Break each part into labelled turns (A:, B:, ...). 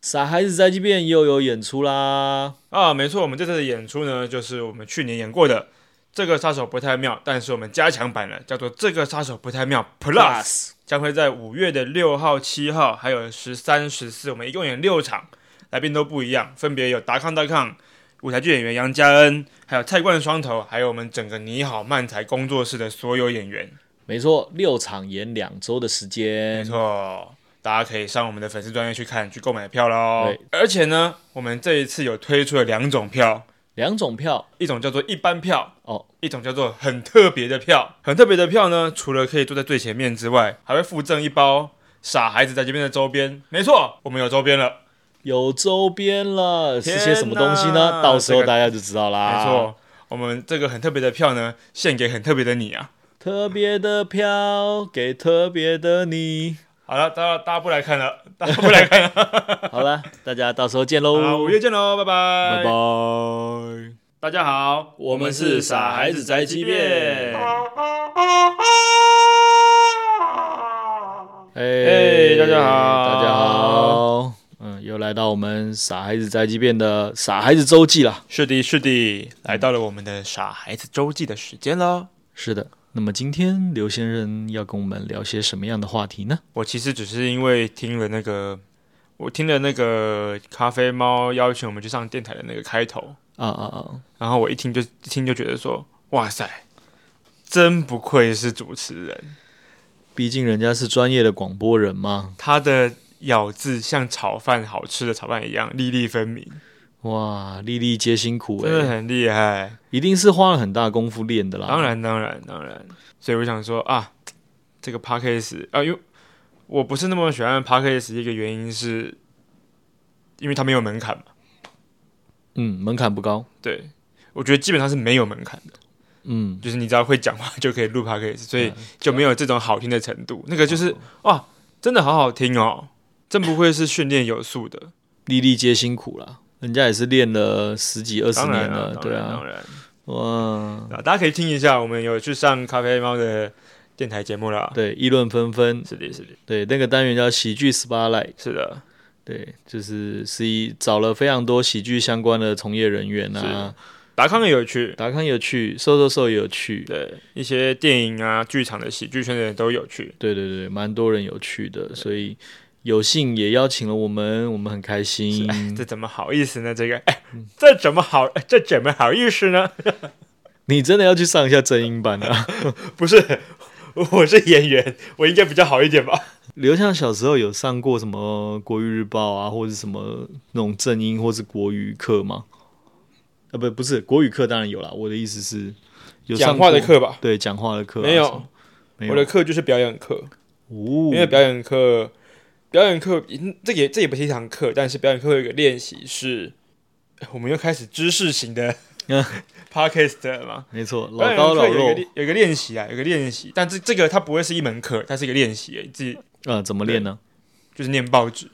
A: 傻孩子宅急便又有演出啦！
B: 啊，没错，我们这次的演出呢，就是我们去年演过的《这个杀手不太妙》，但是我们加强版了，叫做《这个杀手不太妙 Plus》，将会在五月的六号、七号，还有十三、十四，我们一共演六场，来宾都不一样，分别有达康、达康、舞台剧演员杨佳恩，还有蔡冠双头，还有我们整个你好漫才工作室的所有演员。
A: 没错，六场演两周的时
B: 没
A: 间，
B: 错，大家可以上我们的粉丝专页去看，去购买票喽
A: 对。
B: 而且呢，我们这一次有推出了两种票，
A: 两种票
B: 一种叫做一般票，
A: 哦，
B: 一种叫做很特别的票。很特别的票呢，除了可以坐在最前面之外，还会附赠一包傻孩子在这边的周边。没错，我们有周边了，
A: 有周边了，是
B: 天
A: 些什么东西呢？
B: 哪
A: 到时候
B: 这个
A: 大家就知道啦。
B: 没错。我们这个很特别的票呢，献给很特别的你啊！
A: 特别的票给特别的你。
B: 好了，大家大家不来看了， 大家不来看了。
A: 好了，大家到时候见
B: 好，
A: 喽
B: 五，月见喽，拜拜。
A: 拜拜。
B: 大家好，
A: 我们是傻孩子宅急 便哎、
B: 嘿大家好
A: 大家好，嗯，又来到我们傻孩子宅急便的傻孩子周记啦。
B: 是的，是的，来到了我们的傻孩子周记的时间了。
A: 是的，那么今天刘先生要跟我们聊些什么样的话题呢？
B: 我其实只是因为听了那个，我听了那个咖啡猫邀请我们去上电台的那个开头，
A: 啊啊啊！
B: 然后我一听就一听就觉得说，哇塞，真不愧是主持人，
A: 毕竟人家是专业的广播人嘛。
B: 他的咬字像炒饭好吃的炒饭一样，粒粒分明，
A: 哇，粒粒皆辛苦哎、
B: 真的很厉害。
A: 一定是花了很大功夫练的啦。
B: 当，然，当然，当然。所以我想说啊，这个 p a c a s e 啊，因为我不是那么喜欢 p a c a s e 一个原因是，因为它没有门槛嘛。
A: 嗯，门槛不高。
B: 对，我觉得基本上是没有门槛的，
A: 嗯，
B: 就是你只要会讲话就可以录 p a c a s e 所以就没有这种好听的程
A: 哦
B: 度。那个就是哇，真的好好听哦，真不愧是训练有素的。
A: 粒粒皆辛苦啦。人家也是练了十几二十
B: 当
A: 年
B: 然
A: 了，
B: 啊，当
A: 对
B: 然，
A: 啊
B: 当，然。
A: 哇，
B: 啊，大家可以听一下，我们有去上咖啡猫的电台节目啦。
A: 对，议论纷纷，
B: 是的，是的，
A: 对，那个单元叫喜剧 spotlight，
B: 是的，
A: 对，就是是一找了非常多喜剧相关的从业人员啊，
B: 达康也有去。
A: 达康有去，瘦瘦瘦也有去，
B: 对一些电影啊、剧场的喜剧圈的人都有去。
A: 对对对，蛮多人有去的，所以有幸也邀请了我们，我们很开心。
B: 这怎么好意思呢？这个，哎，
A: 嗯
B: 这怎么好？哎这怎么好意思呢？
A: 你真的要去上一下正音班 啊？
B: 不是，我是演员，我应该比较好一点吧？
A: 刘向小时候有上过什么国语日报啊，或者什么那种正音或是国语课吗？啊，不，不是国语课，当然有啦。我的意思是，有上
B: 讲话的
A: 过，
B: 课吧，
A: 对，讲话的课啊、
B: 没有
A: 什么，没有。
B: 我的课就是表演课，
A: 哦，
B: 因为表演课，表演课嗯这也这也不是一堂课，但是表演课有一个练习是，哎我们又开始知识型的 podcast 了嘛。
A: 没错，嗯老
B: 表演
A: 高老
B: 课有一个
A: 肉
B: 练有一个练习啊，有一个练习，但这这个它不会是一门课，它是一个练习，自己
A: 啊，怎么练呢？
B: 就是念报纸。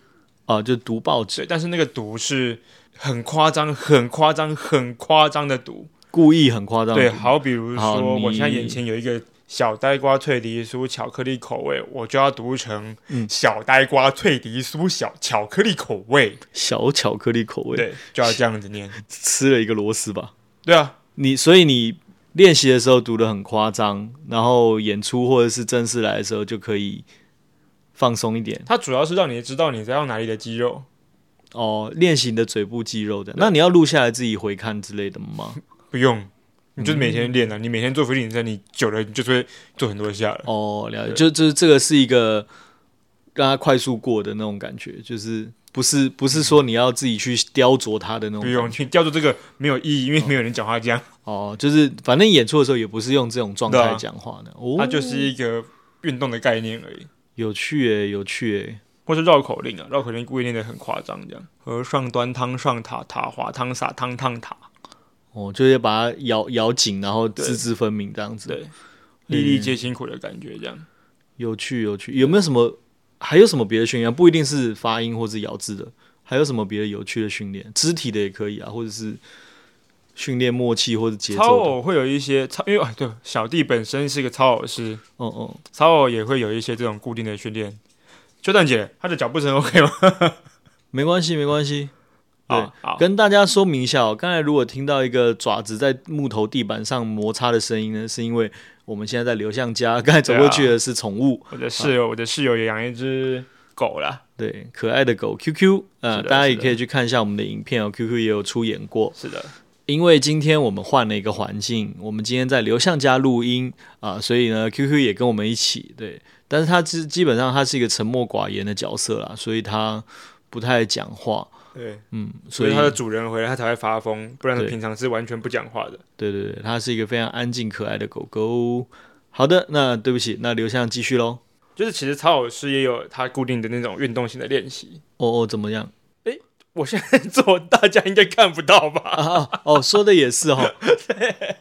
A: 啊，就读报纸，
B: 对，但是那个毒是很夸张、很夸张、很夸张的毒。
A: 故意很夸张。
B: 对，好比如
A: 好
B: 说，我
A: 你
B: 现在眼前有一个小呆瓜脆梨酥巧克力口味，我就要读成
A: 嗯
B: 小呆瓜脆梨酥小巧克力口味。
A: 小巧克力口味，
B: 对，就要这样子念。
A: 吃了一个螺丝吧。
B: 对啊，
A: 你所以你练习的时候读的很夸张，然后演出或者是正式来的时候就可以放松一点。
B: 它主要是让你知道你在用哪里的肌肉，
A: 哦，练习你的嘴部肌肉的。那你要录下来自己回看之类的 吗？
B: 不用。你就是每天练啊，你每天做俯卧撑，你久了你就会做很多下了。
A: 哦，了解，
B: 对
A: 就就是这个是一个让它快速过的那种感觉，就是不是不是说你要自己去雕琢它的那种
B: 不
A: 感觉
B: 用，你调做这个没有意义，因为没有人讲话这样，
A: 哦，就是反正演出的时候也不是用这种状
B: 对
A: 态
B: 啊
A: 讲话的，哦，
B: 它就是一个运动的概念而已。
A: 有趣诶、有趣诶、
B: 或是绕口令啊，绕口令故意念得很夸张，这样。和尚端汤上塔，塔滑汤洒汤烫塔，
A: 哦，就是把它咬咬紧，然后
B: 对
A: 字字分明这样子，
B: 对，粒粒皆辛苦的感觉，这样。
A: 有趣有趣。有没有什么还有什么别的训练？不一定是发音或是咬字的，还有什么别的有趣的训练？肢体的也可以啊，或者是训练默契或者节
B: 操
A: 奏的。
B: 偶会有一些操，因为哎对，小弟本身是一个操偶师，
A: 哦哦，
B: 操偶也会有一些这种固定的训练。邱蛋姐，她的脚步声 OK 吗？
A: 没关系，没关系。对
B: 好，好，
A: 跟大家说明一下哦，刚才如果听到一个爪子在木头地板上摩擦的声音呢，是因为我们现在在流向家，刚才走过去的是宠物，
B: 我的室友，我的室友也养一只狗啦，
A: 对，可爱的狗 QQ，呃，
B: 是的
A: 大家也
B: 是的
A: 可以去看一下我们的影片哦，QQ 也有出演过。
B: 是的，
A: 因为今天我们换了一个环境，我们今天在刘向家录音啊、所以呢，QQ 也跟我们一起对，但是他基基本上他是一个沉默寡言的角色啦，所以他不太讲话，
B: 对，
A: 嗯，所
B: 所
A: 以
B: 以它的主人回来它才会发疯，不然它
A: 对
B: 平常是完全不讲话的。
A: 对对对，它是一个非常安静可爱的狗狗。好的，那对不起，那刘向继续喽。
B: 就是其实曹老师也有他固定的那种运动性的练习，
A: 哦哦，怎么样？
B: 我现在做大家应该看不到吧？
A: 啊哦哦，说的也 是哦，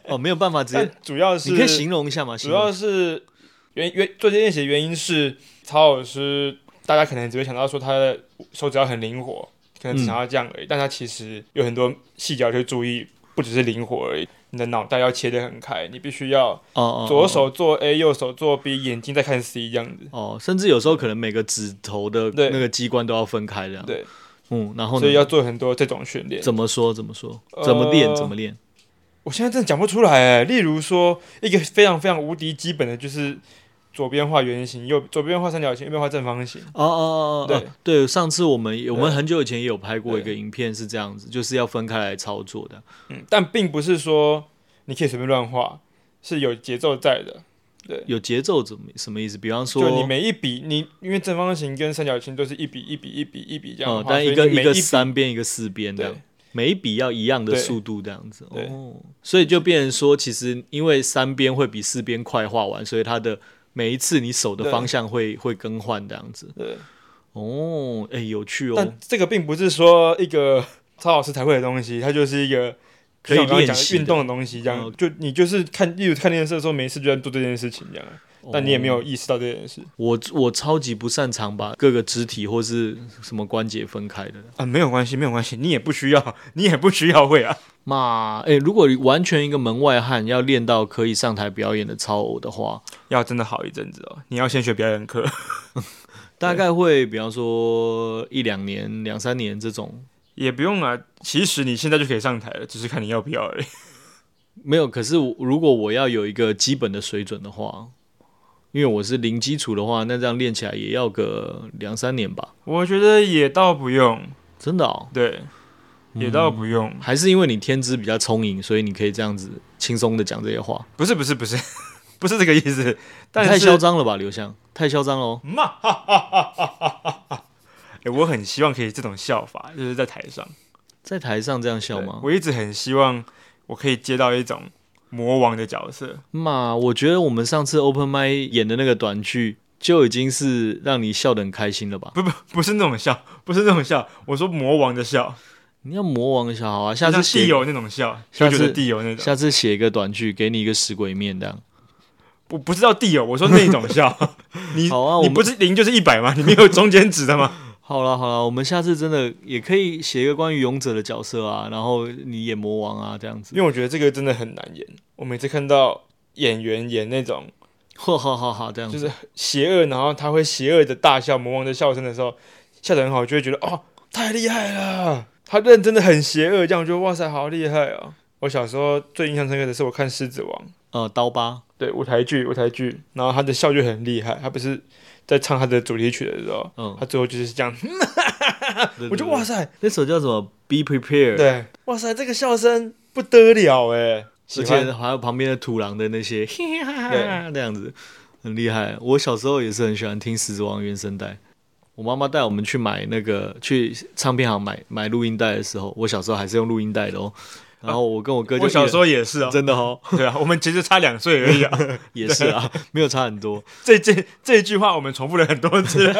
A: 哦，没有办法直接，
B: 主要是
A: 你可以形容一下吗？形
B: 主
A: 容
B: 要是原原做这件练习的原因是曹老师，大家可能只会想到说他的手指要很灵活，可能只
A: 嗯
B: 想要这样而已，但他其实有很多细节要去注意，不只是灵活而已。你的脑袋要切得很开，你必须要
A: 哦哦，哦
B: 左手做 A，右手做 B，眼睛在看 C 这样子。
A: 哦，甚至有时候可能每个指头的
B: 对
A: 那个机关都要分开这样。
B: 对，
A: 嗯，然后
B: 所
A: 呢
B: 以？要做很多这种训练。
A: 怎么说？怎么说？怎么练？
B: 呃
A: 怎么练？
B: 我现在真的讲不出来哎。例如说，一个非常非常无敌基本的就是左边画圆形，右左边画三角形，右边画正方形。
A: 哦哦哦哦，
B: 对
A: 哦对，上次我们我们
B: 对
A: 很久以前也有拍过一个
B: 对
A: 影片是这样子，就是要分开来操作的。
B: 嗯，但并不是说你可以随便乱画，是有节奏在的。对，
A: 有节奏怎么什么意思？比方说，
B: 就你每一笔，你因为正方形跟三角形都是一笔一笔一笔嗯一笔这样
A: 哦
B: 画，，
A: 但
B: 所以
A: 一个
B: 你每
A: 一个
B: 笔
A: 三边一个四边这
B: 对
A: 样，每一笔要一样的
B: 对
A: 速度这样子。
B: 对
A: 哦，所以就变成说，其实因为三边会比四边快画完，所以它的每一次你手的
B: 对
A: 方向会会更换这样子。
B: 对，
A: 哦，哎，有趣哦
B: 但，这个并不是说一个 超老师才会的东西，它就是一个。
A: 可以
B: 就像我刚刚讲
A: 练习的
B: 运动的东西，这样
A: 嗯
B: 就你就是看，例如看电视的时候，没事就在做这件事情，这样，但你也没有
A: 哦。
B: 意识到这件事。
A: 我我超级不擅长把各个肢体或是什么关节分开的。
B: 啊，没有关系，没有关系，你也不需要， 你也不需要会啊。
A: 嘛，哎，如果完全一个门外汉要练到可以上台表演的超偶的话，
B: 要真的好一阵子哦，你要先学表演课，
A: 大概会比方说一两年、两三年这种
B: 也不用啊。其实你现在就可以上台了，只是看你要不要而已。
A: 没有，可是我如果我要有一个基本的水准的话，因为我是零基础的话，那这样练起来也要个两三年吧。
B: 我觉得也倒不用，
A: 真的哦，
B: 对，也倒不用。
A: 还是因为你天资比较聪颖，所以你可以这样子轻松的讲这些话。
B: 不是，不是，不 是，不是这个意思。但
A: 你太
B: 是
A: 嚣张了吧，刘翔，太嚣张了哦。
B: 诶我很希望可以这种笑法，就是在台上
A: 在台上这样笑
B: 对
A: 吗？
B: 我一直很希望我可以接到一种魔王的角色，
A: 嘛，我觉得我们上次 Open m i 演的那个短剧就已经是让你笑得很开心了吧？
B: 不不不是那种笑，不是那种笑，我说魔王的笑，
A: 你要魔王笑好啊，下
B: 像
A: 次
B: 地
A: 写，
B: 友那种笑，
A: 下次
B: 就觉得地友那种。
A: 下次写一个短剧，给你一个死鬼面这样。
B: 我不知道地友，我说那种笑， 你
A: 好啊我
B: 你
A: 们
B: 不是零就是一百吗？你没有中间值的吗？
A: 好了好了，我们下次真的也可以写一个关于勇者的角色啊，然后你演魔王啊这样子。
B: 因为我觉得这个真的很难演。我每次看到演员演那种
A: 好好好好，这样
B: 就
A: 子。
B: 是邪恶，然后他会邪恶的大笑，魔王的笑声的时候，笑得很好，就会觉得哦，太厉害了，他认真的很邪恶，这样我觉得哇塞，好厉害哦。我小时候最印象深刻的是我看《狮子王》，
A: 呃，刀疤。
B: 对舞台剧，舞台剧，然后他的笑就很厉害，他不是在唱他的主题曲的时候，
A: 嗯
B: 他，最后就是这样，
A: 对
B: 我就哇，
A: 对
B: 塞，
A: 对那首叫什么？Be prepared。
B: 对，哇塞，这个笑声不得了哎，喜
A: 而
B: 欢
A: 且还有旁边的土狼的那 些，嘿哈哈哈
B: 对
A: 这样子，很厉害。我小时候也是很喜欢听《狮子王》原声带。我妈妈带我们去买那个去唱片行买买录音带的时候，我小时候还是用录音带的哦。然后我跟我哥就
B: 我小时
A: 候
B: 候也是啊，
A: 真的哦，
B: 对啊，我们其实差两岁而已啊。
A: 也是啊，没有差很多。
B: 这这这一句话我们重复了很多 次，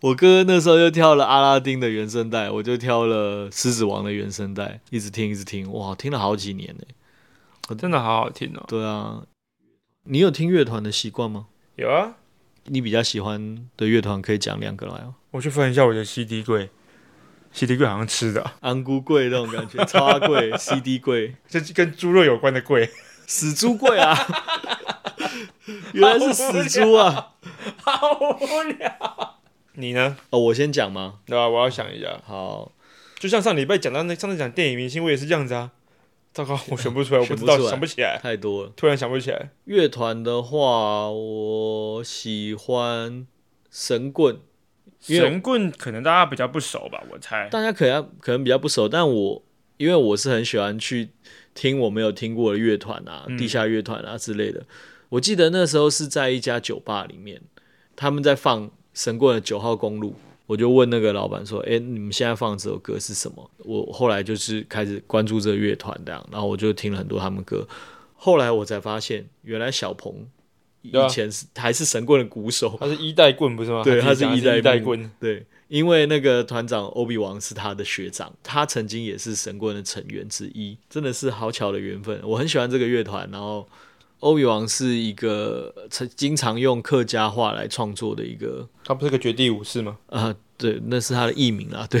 A: 我哥那时候就挑了阿拉丁的原声带，我就挑了狮子王的原声带，一直听一直听，哇，听了好几年呢。
B: 真的好好听哦。
A: 对啊，你有听乐团的习惯吗？
B: 有啊，
A: 你比较喜欢的乐团可以讲两个来哦。
B: 我去翻一下我的 CD 柜，CD 柜好像吃的啊，
A: 安菇柜那种感 觉，超阿柜、CD 柜、
B: 这是跟猪肉有关的 柜，
A: 死猪柜 啊，原来是死猪啊！
B: 好无聊。你呢？
A: 哦，我先讲吗？
B: 对吧、啊我要想一下，
A: 好，
B: 就像上礼拜讲到那上次讲电影明星，我也是这样子啊。糟 糕，我选不出来，我
A: 选
B: 不知
A: 不
B: 道
A: 出，来
B: 想不起来，
A: 太多了。
B: 突然想不起来。
A: 乐团的话，我喜欢神棍，因为
B: 神棍可能大家比较不熟吧，我猜。
A: 大家可能可能比较不熟，但我因为我是很喜欢去听我没有听过的乐团啊、
B: 嗯
A: 地下乐团啊之类的。我记得那时候是在一家酒吧里面，他们在放神棍的《九号公路》，我就问那个老板说：“哎、你们现在放这首歌是什么？”我后来就是开始关注这个乐团，这样，然后我就听了很多他们歌。后来我才发现，原来小鹏以
B: 对啊
A: 前是、还是神棍的鼓手，
B: 他是一代棍不是吗？
A: 对
B: 他自己
A: 他是
B: 讲
A: 一代
B: 一代
A: 棍
B: 棍。
A: 对，因为那个团长欧比王是他的学长，他曾经也是神棍的成员之一，真的是好巧的缘分。我很喜欢这个乐团，然后欧比王是一个呃曾经常用客家话来创作的一个
B: 他不是个绝地武士吗？
A: 啊、对，那是他的艺名啊，对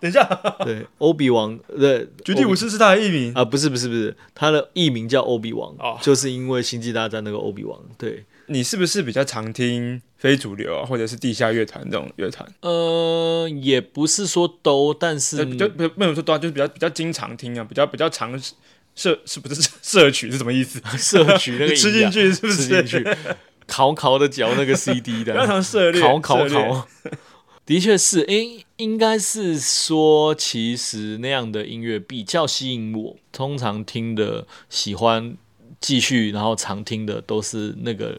B: 等一下，
A: 对，欧比王对
B: 绝地武士是他的艺名。
A: 啊、不是不是不是，他的艺名叫欧比王，
B: 哦
A: 就是因为星际大战那个欧比王，对。
B: 你是不是比较常听非主流啊，或者是地下乐团这种乐团？
A: 呃，也不是说都，但是
B: 就就不没有说多啊，就是比较比较经常听啊，比较比较常摄是不是摄取是什么意思？
A: 摄取那个
B: 吃
A: 营养
B: 进去是不
A: 吃
B: 是
A: 进？去， 烤烤的嚼那个 CD
B: 比较
A: 的，
B: 常涉猎，
A: 烤烤
B: 涉猎。
A: 烤。 的确是，应应该是说，其实那样的音乐比较吸引我。通常听的、喜欢继续，然后常听的都是那个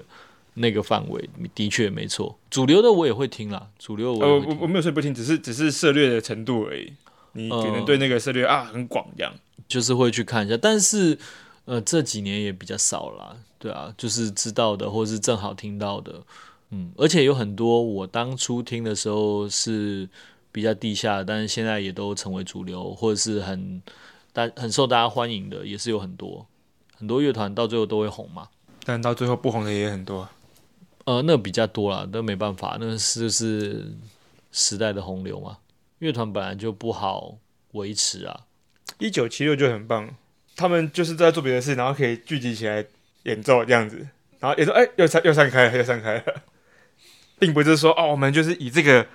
A: 那个范围，的确没错。主流的我也会听啦，主流我
B: 呃，
A: 也
B: 我
A: 会听。
B: 我我没有说不听，只是只是涉猎的程度而已。
A: 嗯
B: 你可能对那个涉猎啊很广这样。
A: 就是会去看一下，但是呃这几年也比较少啦，对啊，就是知道的或是正好听到的，嗯，而且有很多我当初听的时候是比较地下的，但是现在也都成为主流或者是很大很受大家欢迎的，也是有很多很多乐团到最后都会红嘛，
B: 但到最后不红的也很多啊。
A: 呃，那比较多啦，那没办法，那是就是时代的洪流嘛，乐团本来就不好维持啊，
B: 一九七六就很棒，他们就是在做别的事，然后可以聚集起来演奏这样子，然后演奏哎、又散又散开了，又散开了， 并不是说哦我们就是以这个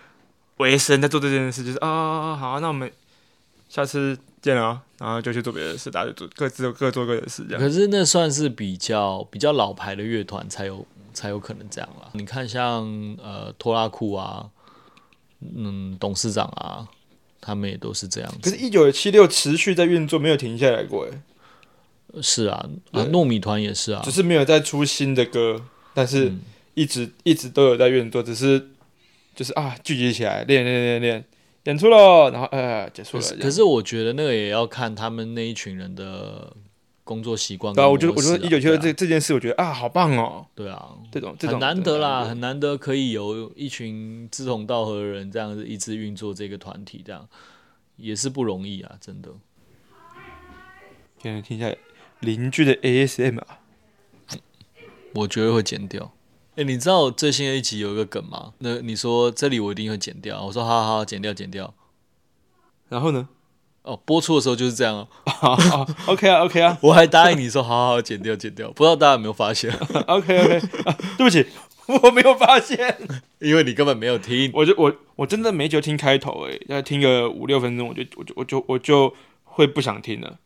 B: 为生在做这件事，就是啊、哦、好那我们下次见了哦，然后就去做别的事，大家就做各自各做各的事这样。
A: 可是那算是比较比较老牌的乐团才有才有可能这样啦。你看像呃拖拉库啊，嗯，董事长啊，他们也都是这样
B: 可
A: 子。
B: 是，一九七六持续在运作，没有停下来过，哎，
A: 是啊，
B: 对
A: 啊，糯米团也是啊
B: 只，是没有再出新的歌，但是
A: 嗯
B: 一直、一直都有在运作，只是就是啊，聚集起来练练练练，演出喽，然后呃结束
A: 可
B: 了。
A: 是
B: 这样
A: 可是我觉得那个也要看他们那一群人的工作习惯跟
B: 对啊，我
A: 模式
B: 觉
A: 啊、
B: 得我觉得一九七
A: 对
B: 六
A: 啊
B: 这这件事，我觉得啊，好棒哦，
A: 对啊，
B: 这种这
A: 很
B: 种啊
A: 难得啦，
B: 这种
A: 很难得可以有一群志同道合的人这样子一直运作这个团体，这样也是不容易啊，真的。
B: 天啊，听一下邻居的 ASM 啊，
A: 我觉得会剪掉。哎、你知道最新的一集有一个梗吗？那你说这里我一定会剪掉，我说好好好，剪掉剪掉。
B: 然后 呢？
A: 哦，播出的时候就是这样哦，
B: 啊啊，OK 啊，OK 啊
A: 我还答应你说好好好，剪掉剪掉。不知道大家有没有发现，
B: ，OK OK，对不啊起， 我没有发现，
A: 因为你根本没有听。
B: 我就我我真的没就听开头诶，要听个五六分钟，我就我就我就我就会不想听了。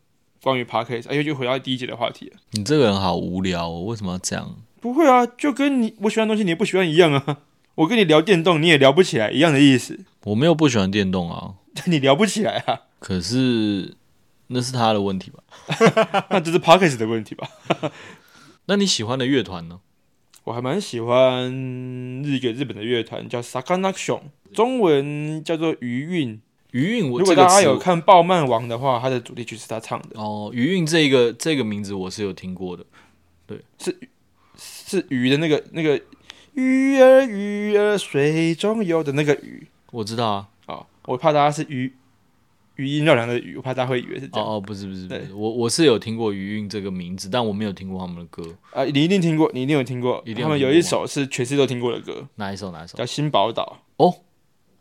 B: 关于 Parkes，哎，又就回到第一节的话题了。
A: 你这个人好无聊、哦，为什么要这样？
B: 不会啊，就跟你我喜欢的东西你也不喜欢一样啊。我跟你聊电动，你也聊不起来，一样的意思。
A: 我没有不喜欢电动啊，
B: 但你聊不起来啊，
A: 可是那是他的问题吧？
B: 那这是 Parkes 的问题吧？
A: 那你喜欢的乐团呢？
B: 我还蛮喜欢日一个日本的乐团叫 Sakana Xion，中文叫做余韵。
A: 余韵我，
B: 如
A: 这
B: 果
A: 个
B: 大家
A: 词
B: 有看《爆漫王》的话，它的主题曲是他唱的，
A: 哦，余韵这个这个名字我是有听过的。
B: 是鱼的那个那个鱼儿鱼儿水中游的那个鱼
A: 我知道啊，
B: 哦。我怕大家是鱼余音绕梁的鱼，我怕大家会以为是这样。
A: 哦哦，不是不是不是，
B: 对
A: 我我是有听过余韵这个名字，但我没有听过他们的歌。
B: 啊，你一定听过，你一定有听过。哦
A: 一定有
B: 他们
A: 听
B: 有一
A: 过
B: 首是全世界都听过的歌，
A: 哪一首？哪一首
B: 叫？《新宝岛
A: 哦，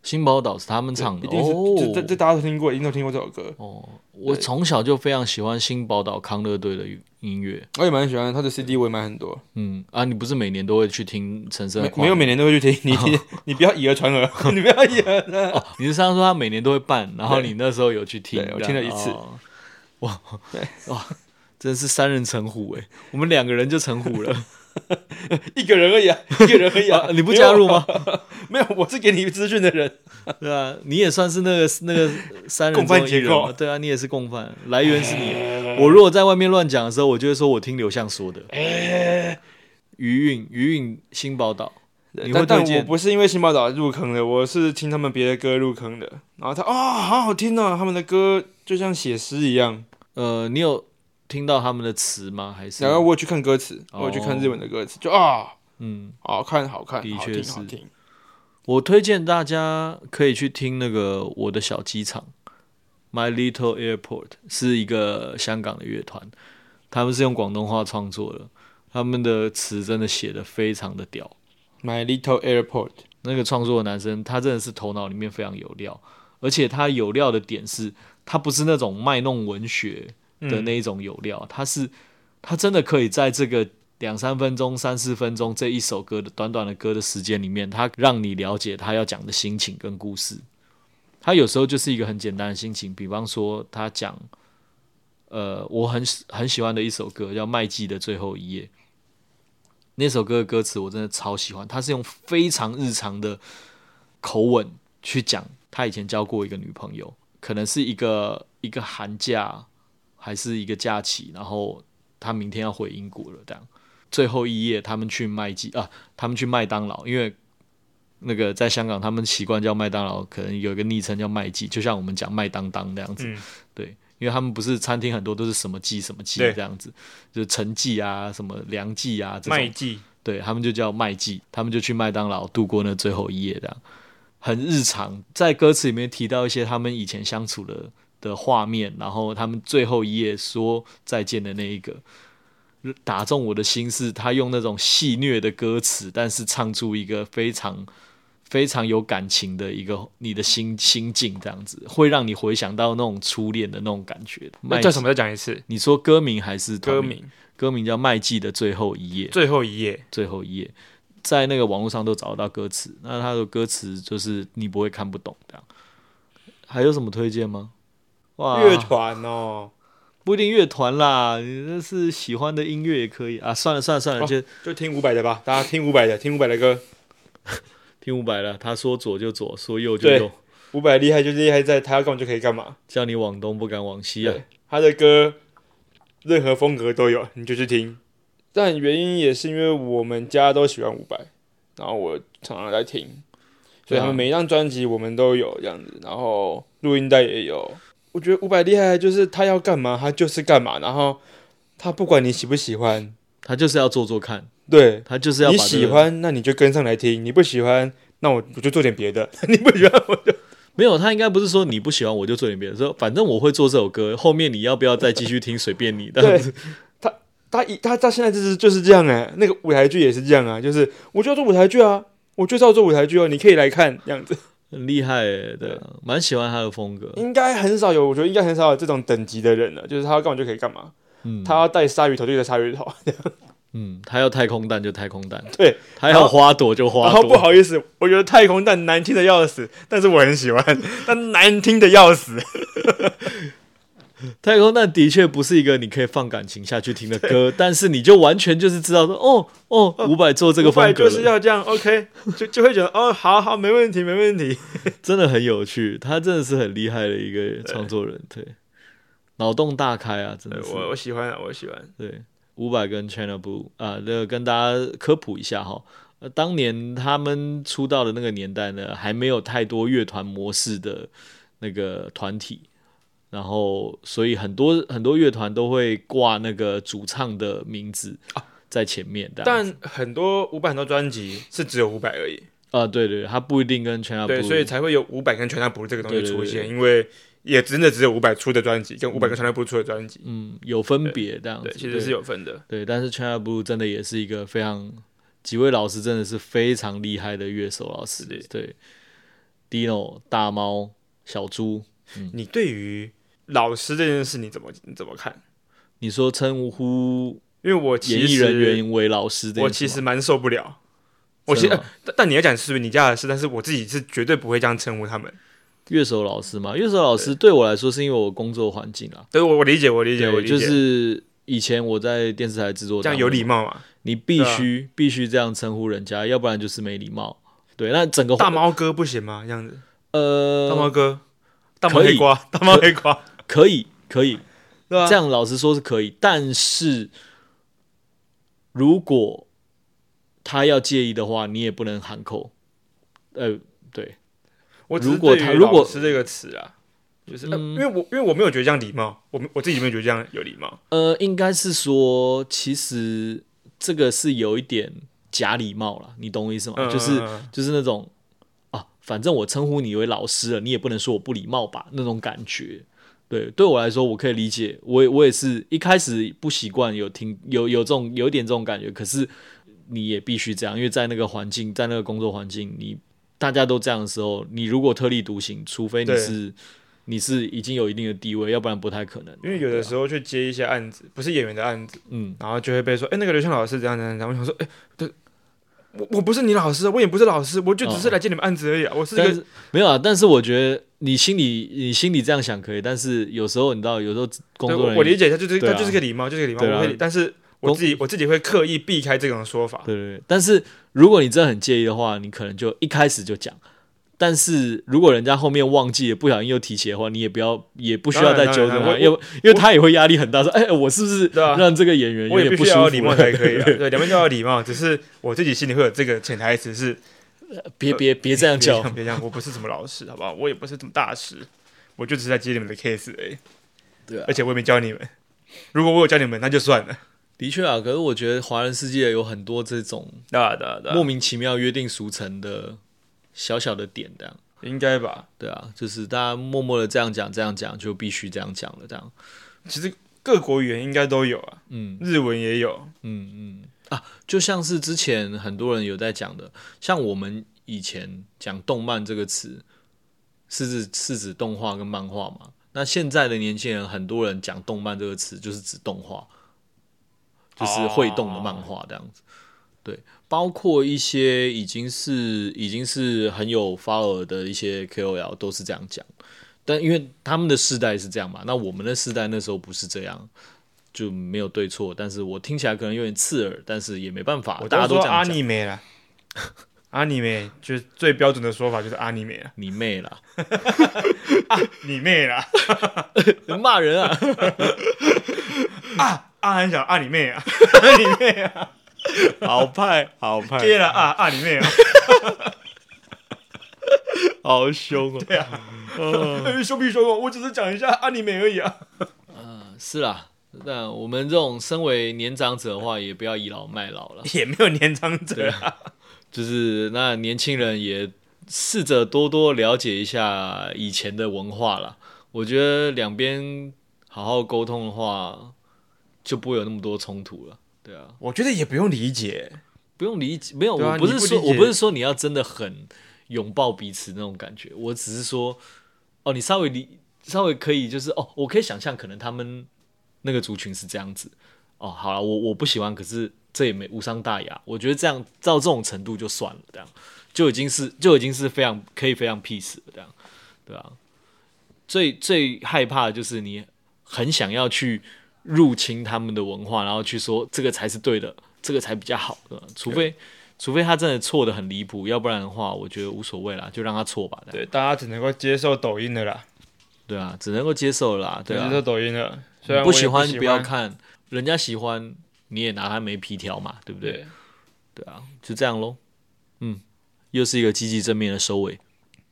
A: 新宝岛是他们唱
B: 一
A: 的
B: 定是这这
A: 哦
B: 这大家都听过，一定都听过这首歌。
A: 哦，我从小就非常喜欢新宝岛康乐队的音乐。
B: 我也蛮喜欢他的 CD，我也买很多，
A: 嗯啊，你不是每年都会去听陈升的
B: 没
A: 跨
B: 没
A: 年
B: 有每年都会去听。你你你不要以讹传讹， 你不要以讹传讹。
A: 哦， 你是上次说他每年都会办，然后
B: 对
A: 你那时候有去听，
B: 对我
A: 这样
B: 听了一次
A: 哦哇，哇，真是三人成虎哎，我们两个人就成虎 了，
B: 一个人而已啊，一个人而已 啊
A: 啊。你不加入吗？
B: 没有？没有，我是给你资讯的人。
A: 对啊，你也算是那个那个三人
B: 共犯
A: 中一人
B: 结构哎
A: 嘛对啊，你也是共犯，来源是你。我如果在外面乱讲的时候，我就会说我听刘向说的。
B: 哎
A: 余韵，余韵，新宝岛，你会
B: 但
A: 推
B: 但我
A: 荐
B: 不是因为新宝岛入坑的，我是听他们别的歌入坑的。然后他哦，好好听哦，他们的歌就像写诗一样。
A: 呃，你有听到他们的词吗？还是
B: 然后我有去看歌词，
A: 哦
B: 我有去看日文的歌词，就啊，
A: 嗯，
B: 好看，好看，
A: 的
B: 好
A: 确
B: 听，
A: 是
B: 好听。
A: 我推荐大家可以去听那个《我的小机场》（My Little Airport），是一个香港的乐团，他们是用广东话创作的，他们的词真的写的非常的屌。
B: My Little Airport，
A: 那个创作的男生，他真的是头脑里面非常有料，而且他有料的点是，他不是那种卖弄文学的那一种有料，他是他真的可以在这个两三分钟、三四分钟这一首歌的短短的歌的时间里面，他让你了解他要讲的心情跟故事。他有时候就是一个很简单的心情，比方说他讲，呃，我很很喜欢的一首歌叫《麦基的最后一页》，那首歌的歌词我真的超喜欢，他是用非常日常的口吻去讲他以前交过一个女朋友，可能是一个一个寒假还是一个假期，然后他明天要回英国了，这样最后一夜他们去麦记啊，他们去麦当劳，因为。那个在香港，他们习惯叫麦当劳，可能有一个昵称叫麦记，就像我们讲麦当当那样子。
B: 嗯
A: 对，因为他们不是餐厅很多都是什么记什么记
B: 对
A: 这样子，就是陈记啊、什么梁记啊这种。
B: 麦记，
A: 对他们就叫麦记，他们就去麦当劳度过那最后一夜，这样很日常。在歌词里面提到一些他们以前相处的的画面，然后他们最后一夜说再见的那一个，打中我的心是他用那种戏谑的歌词，但是唱出一个非常非常有感情的一个你的心心境，这样子会让你回想到那种初恋的那种感觉。
B: 那
A: 麦
B: 叫
A: 记
B: 什？么？再讲一次，
A: 你说歌名还是团
B: 歌？名
A: 歌名叫《麦记的最后一夜》。
B: 最后一页。
A: 最后一页，在那个网络上都找得到歌词。那他的歌词就是你不会看不懂这样。还有什么推荐吗？哇，
B: 乐团哦，
A: 不一定乐团啦，你这是喜欢的音乐也可以啊。算了算了算了，
B: 哦
A: 就
B: 就听伍佰的吧，大家听伍佰的，听伍佰的歌。
A: 听伍佰了。他说左就左，说右就
B: 对
A: 右，
B: 伍佰厉害就厉害在他要干嘛就可以干嘛，
A: 叫你往东不敢往西啊
B: 对。他的歌任何风格都有，你就去听。但原因也是因为我们家都喜欢伍佰，然后我常常在听，所
A: 对
B: 以他
A: 啊
B: 们每一张专辑我们都有这样子，然后录音带也有。我觉得伍佰厉害就是他要干嘛他就是干嘛，然后他不管你喜不喜欢，
A: 他就是要做做看，
B: 对，
A: 他就是要把、
B: 你
A: 这个
B: 喜欢那你就跟上来听，你不喜欢那我我就做点别的， 你不喜欢我就
A: 没有？他应该不是说你不喜欢我就做点别的，说反正我会做这首 歌，后面你要不要再继续听随便你。但
B: 对
A: 是，
B: 他一他他现在就是就是这样哎、那个舞台剧也是这样啊，就是我就要做舞台剧啊，我就是要做舞台剧哦、你可以来看这样子。
A: 很厉害、欸，对啊，蛮喜欢他的风格。
B: 应该很少有，我觉得应该很少有这种等级的人了，就是他要干嘛就可以干嘛，
A: 嗯，
B: 他要带鲨鱼头就带鲨鱼头，
A: 嗯，他要太空蛋就太空蛋，
B: 对，
A: 他要花朵就花
B: 然后
A: 朵。
B: 不好意思，我觉得太空蛋难听的要死，但是我很喜欢，但难听的要死。
A: 太空蛋的确不是一个你可以放感情下去听的歌，但是你就完全就是知道说，哦哦，伍佰做这个
B: 我本来
A: 风格
B: 就是
A: 了，
B: 要这样，OK，就就会觉得哦，好好，没问题，没问题。
A: 真的很有趣。他真的是很厉害的一个创作人，对，脑洞大开啊，真
B: 对
A: 的是。
B: 我我喜欢啊，我喜欢。
A: 对，伍佰跟 China Blue 啊，那个跟大家科普一下哈。呃，当年他们出道的那个年代呢，还没有太多乐团模式的那个团体，然后所以很多很多乐团都会挂那个主唱的名字在前面的。
B: 啊但很多五百很多专辑是只有五百而已，
A: 啊，对对，他啊不一定跟 China Blue
B: 对，所以才会有伍佰跟全台不这个东西
A: 对对
B: 出现，
A: 对
B: 因为也真的只有伍佰出的专辑跟伍佰跟全台不出的专辑，
A: 嗯有分别这样子
B: 对，，其实是有分的。
A: 对，但是 China Blue 真的也是一个非常几位老师真的是非常厉害的乐手老师
B: 是的，
A: 对。 Dino、大猫、小猪。
B: 你对于老师这件事你怎么你怎么看？
A: 你说称呼
B: 因为我
A: 演
B: 其
A: 艺人
B: 实
A: 员为老师这件事吗，
B: 我其实蛮受不了。我其
A: 真的
B: 实，呃
A: 吗
B: 但但你要讲是不是你家的事，但是我自己是绝对不会这样称呼他们。
A: 乐手老师嘛，乐手老师对我来说是因为我工作环境啦，啊
B: 对，我我理解，我理解，我
A: 对，
B: 理
A: 就
B: 解，
A: 是以前我在电视台制作，
B: 这样有礼，貌啊嘛？
A: 你必须、必须这样称呼人家，要不然就是没礼貌。对，那整个
B: 大猫哥不行吗？这样子，大
A: 哦
B: 猫
A: 呃
B: 哥，大猫黑瓜，大猫黑瓜，
A: 可以可以，
B: 对吧？啊
A: 这样老实说是可以，但是如果他要介意的话，你也不能喊口。呃，对，
B: 我只是
A: 如果
B: 对于
A: 他如果
B: 老师这个词啊，就是、呃因为我因为我没有觉得这样礼貌，我没我自己没有觉得这样有礼貌。
A: 呃，应该是说，其实这个是有一点假礼貌啦，你懂我意思吗？
B: 嗯
A: 就是
B: 嗯嗯
A: 就是那种啊，反正我称呼你为老师了，你也不能说我不礼貌吧？那种感觉。对，对我来说，我可以理解，我也我也是一开始不习惯，有听有有这种有一点这种感觉，可是你也必须这样，因为在那个环境，在那个工作环境，你大家都这样的时候，你如果特立独行，除非你
B: 对
A: 是你是已经有一定的地位，要不然不太可能。
B: 因为有的
A: 对啊
B: 时候去接一些案子，不是演员的案子，
A: 嗯，
B: 然后就会被说，哎、那个刘翔老师怎样怎样怎样。我想说，哎、对，我我不是你老师，啊我也不是老师，我就只是
A: 哦
B: 来接你们案子而已、啊。我是一
A: 但
B: 个
A: 是没有啊，但是我觉得你心里你心里这样想可以，但是有时候你知道，有时候工
B: 对
A: 作
B: 我
A: 人
B: 我
A: 员
B: 理解，他就是
A: 对啊
B: 他就是个礼貌，就是个礼貌，
A: 对啊
B: 我会理，但是我
A: 工
B: 自己我自己会刻意避开这种说法。
A: 对对对，但是如果你真的很介意的话，你可能就一开始就讲。但是如果人家后面忘记了，不小心又提起的话，你也不要，也不需要再纠正
B: 当然当
A: 他，
B: 然
A: 因为因为他也会压力很大，说，哎，我是不是
B: 对啊
A: 让这个演员有
B: 我也
A: 点
B: 必
A: 不
B: 须
A: 舒
B: 要
A: 服了？
B: 有礼貌才可 以啊，对，两边都要有礼貌。只是我自己心里会有这个潜台词是，
A: 别别别这样
B: 别
A: 叫
B: 这，样，别这样，我不是什么老师，好不好？我也不是什么大师，我就只是在接你们的 case 而已。
A: 对啊
B: 而且我也没教你们。如果我有教你们，那就算了。
A: 的确啊，可是我觉得华人世界有很多这种
B: 对啊，对啊，对
A: 莫名其妙约定俗成的小小的点，这样。
B: 应该吧？
A: 对啊，就是大家默默的这样讲，这样讲就必须这样讲了，这样。
B: 其实各国语言应该都有啊，
A: 嗯
B: 日文也有，
A: 嗯嗯啊，就像是之前很多人有在讲的，像我们以前讲动漫这个词，是指是指动画跟漫画嘛？那现在的年轻人，很多人讲动漫这个词就是指动画，就是会动的漫画这样子。对，包括一些已经是已经是很有 follower 的一些 KOL 都是这样讲，但因为他们的世代是这样嘛，那我们的世代那时候不是这样，就没有对错。但是我听起来可能有点刺耳，但是也没办法，
B: 我
A: 大家
B: 都
A: 都
B: 说
A: 这
B: 阿
A: 样讲。
B: 尼美了，阿尼美就是最标准的说法，就是阿尼美了，
A: 你妹啦！
B: 你妹 啦，
A: 骂人啊！
B: 啊，阿很小，阿你 妹啊，阿你妹啊，
A: 好派，好派
B: 接了啊，阿你妹啊，
A: 好凶哦！对啊，
B: 凶不凶哦？我只是讲一下阿你妹而已啊。
A: 是啦。但我们这种身为年长者的话，也不要倚老卖老了。
B: 也没有年长者啊，
A: 就是那年轻人也试着多多了解一下以前的文化啦。我觉得两边好好沟通的话，就不会有那么多冲突了。对啊，
B: 我觉得也不用理解，
A: 不用理解，没有，
B: 对啊
A: 我不是
B: 你不
A: 说
B: 理解
A: 我不是说你要真的很拥抱彼此那种感觉，我只是说，哦，你稍微理稍微可以，就是哦，我可以想象可能他们那个族群是这样子。哦，好了，我我不喜欢，可是这也没无伤大雅。我觉得这样到这种程度就算了，这样就已经是就已经是非常可以非常 peace 了，这样对啊。最最害怕的就是你很想要去入侵他们的文化，然后去说这个才是对的，这个才比较好的，除非除非他真的错的很离谱，要不然的话，我觉得无所谓啦，就让他错吧。这样
B: 对，大家只能够接受抖音的啦，
A: 对啊，只能够接受了啦，对啊
B: 接，受抖音的。虽然
A: 不
B: 我也
A: 喜欢
B: 不
A: 就不要，看，人家喜欢你也拿他没皮条嘛，对不对？
B: 对，
A: 对啊，就这样喽。嗯，又是一个积极正面的收尾。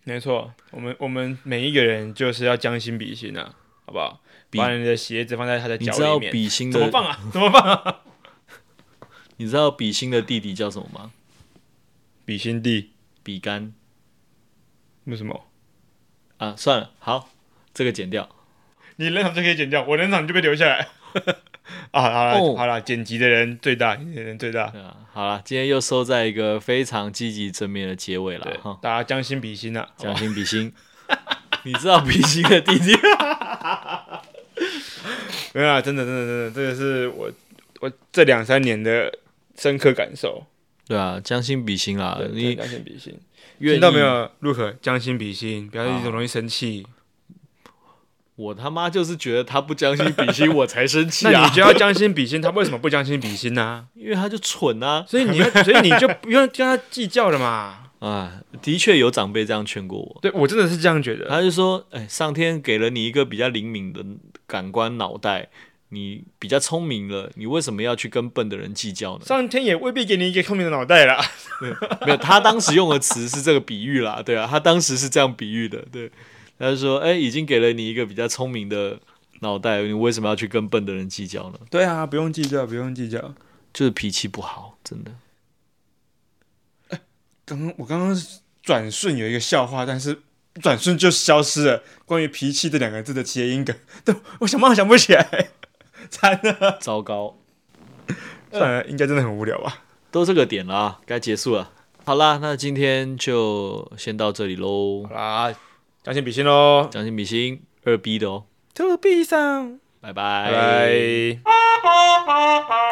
B: 没错，我们我们每一个人就是要将心比心啊，好不好？
A: 比
B: 把你的鞋子放在他的
A: 你
B: 脚
A: 知道
B: 里面，
A: 比心
B: 怎么
A: 的
B: 放啊？怎么放啊？
A: 你知道比心的弟弟叫什么吗？
B: 比心地
A: 比干
B: 为什么？
A: 啊，算了，好，这个剪掉。
B: 你冷场就可以剪掉，我冷场就被留下来。 啊，好了、
A: 哦
B: 好了，剪辑的人最大，剪辑的人最大。
A: 对啊，好了，今天又收在一个非常积极正面的结尾
B: 对
A: 了哈，，
B: 大家将心比心啊呐、好不好
A: 将心比心。 你知道比心的弟弟
B: 没有啊，真的，真的，真的，这个是我我这两三年的深刻感受。
A: 对啊，将心比心啦
B: 对，真的
A: 你
B: 将心比心，
A: 愿
B: 听
A: 意
B: 到没？有？陆可，将心比心，不要一直
A: 好
B: 容易生 气。
A: 我他妈就是觉得他不将心比心，我才生气
B: 那你
A: 啊，
B: 就要将心比心，他为什么不将心比心 呢、
A: 因为他就蠢啊。
B: 所以你要，所以你就不用跟他计较了嘛。
A: 啊，的确有长辈这样劝过我，
B: 对我真的是这样 觉得。
A: 他就说：“哎，上天给了你一个比较灵敏的感官脑袋，你比较聪明了，你为什么要去跟笨的人计较呢？”
B: 上天也未必给你一个聪明的脑袋啦。
A: 没有，他当时用的词是这个比喻啦，对啊，他当时是这样比喻的，对，他就说，哎、已经给了你一个比较聪明的脑袋，你为什么要去跟笨的人计较呢？
B: 对啊，不用计较，不用计较。
A: 就是脾气不好，真的。
B: 刚刚我刚刚转瞬有一个笑话，但是转瞬就消失了。关于脾气这两个字的谐音梗， 但我想办法想不起来， 惨了。
A: 糟糕，
B: 算了，应该真的很无聊吧？
A: 都这个点了啊，该结束了。好啦，那今天就先到这里喽
B: 好。啦，将心比心喽，
A: 将心比心，二逼的哦，
B: 投币上，
A: 拜
B: 拜拜。
C: Bye.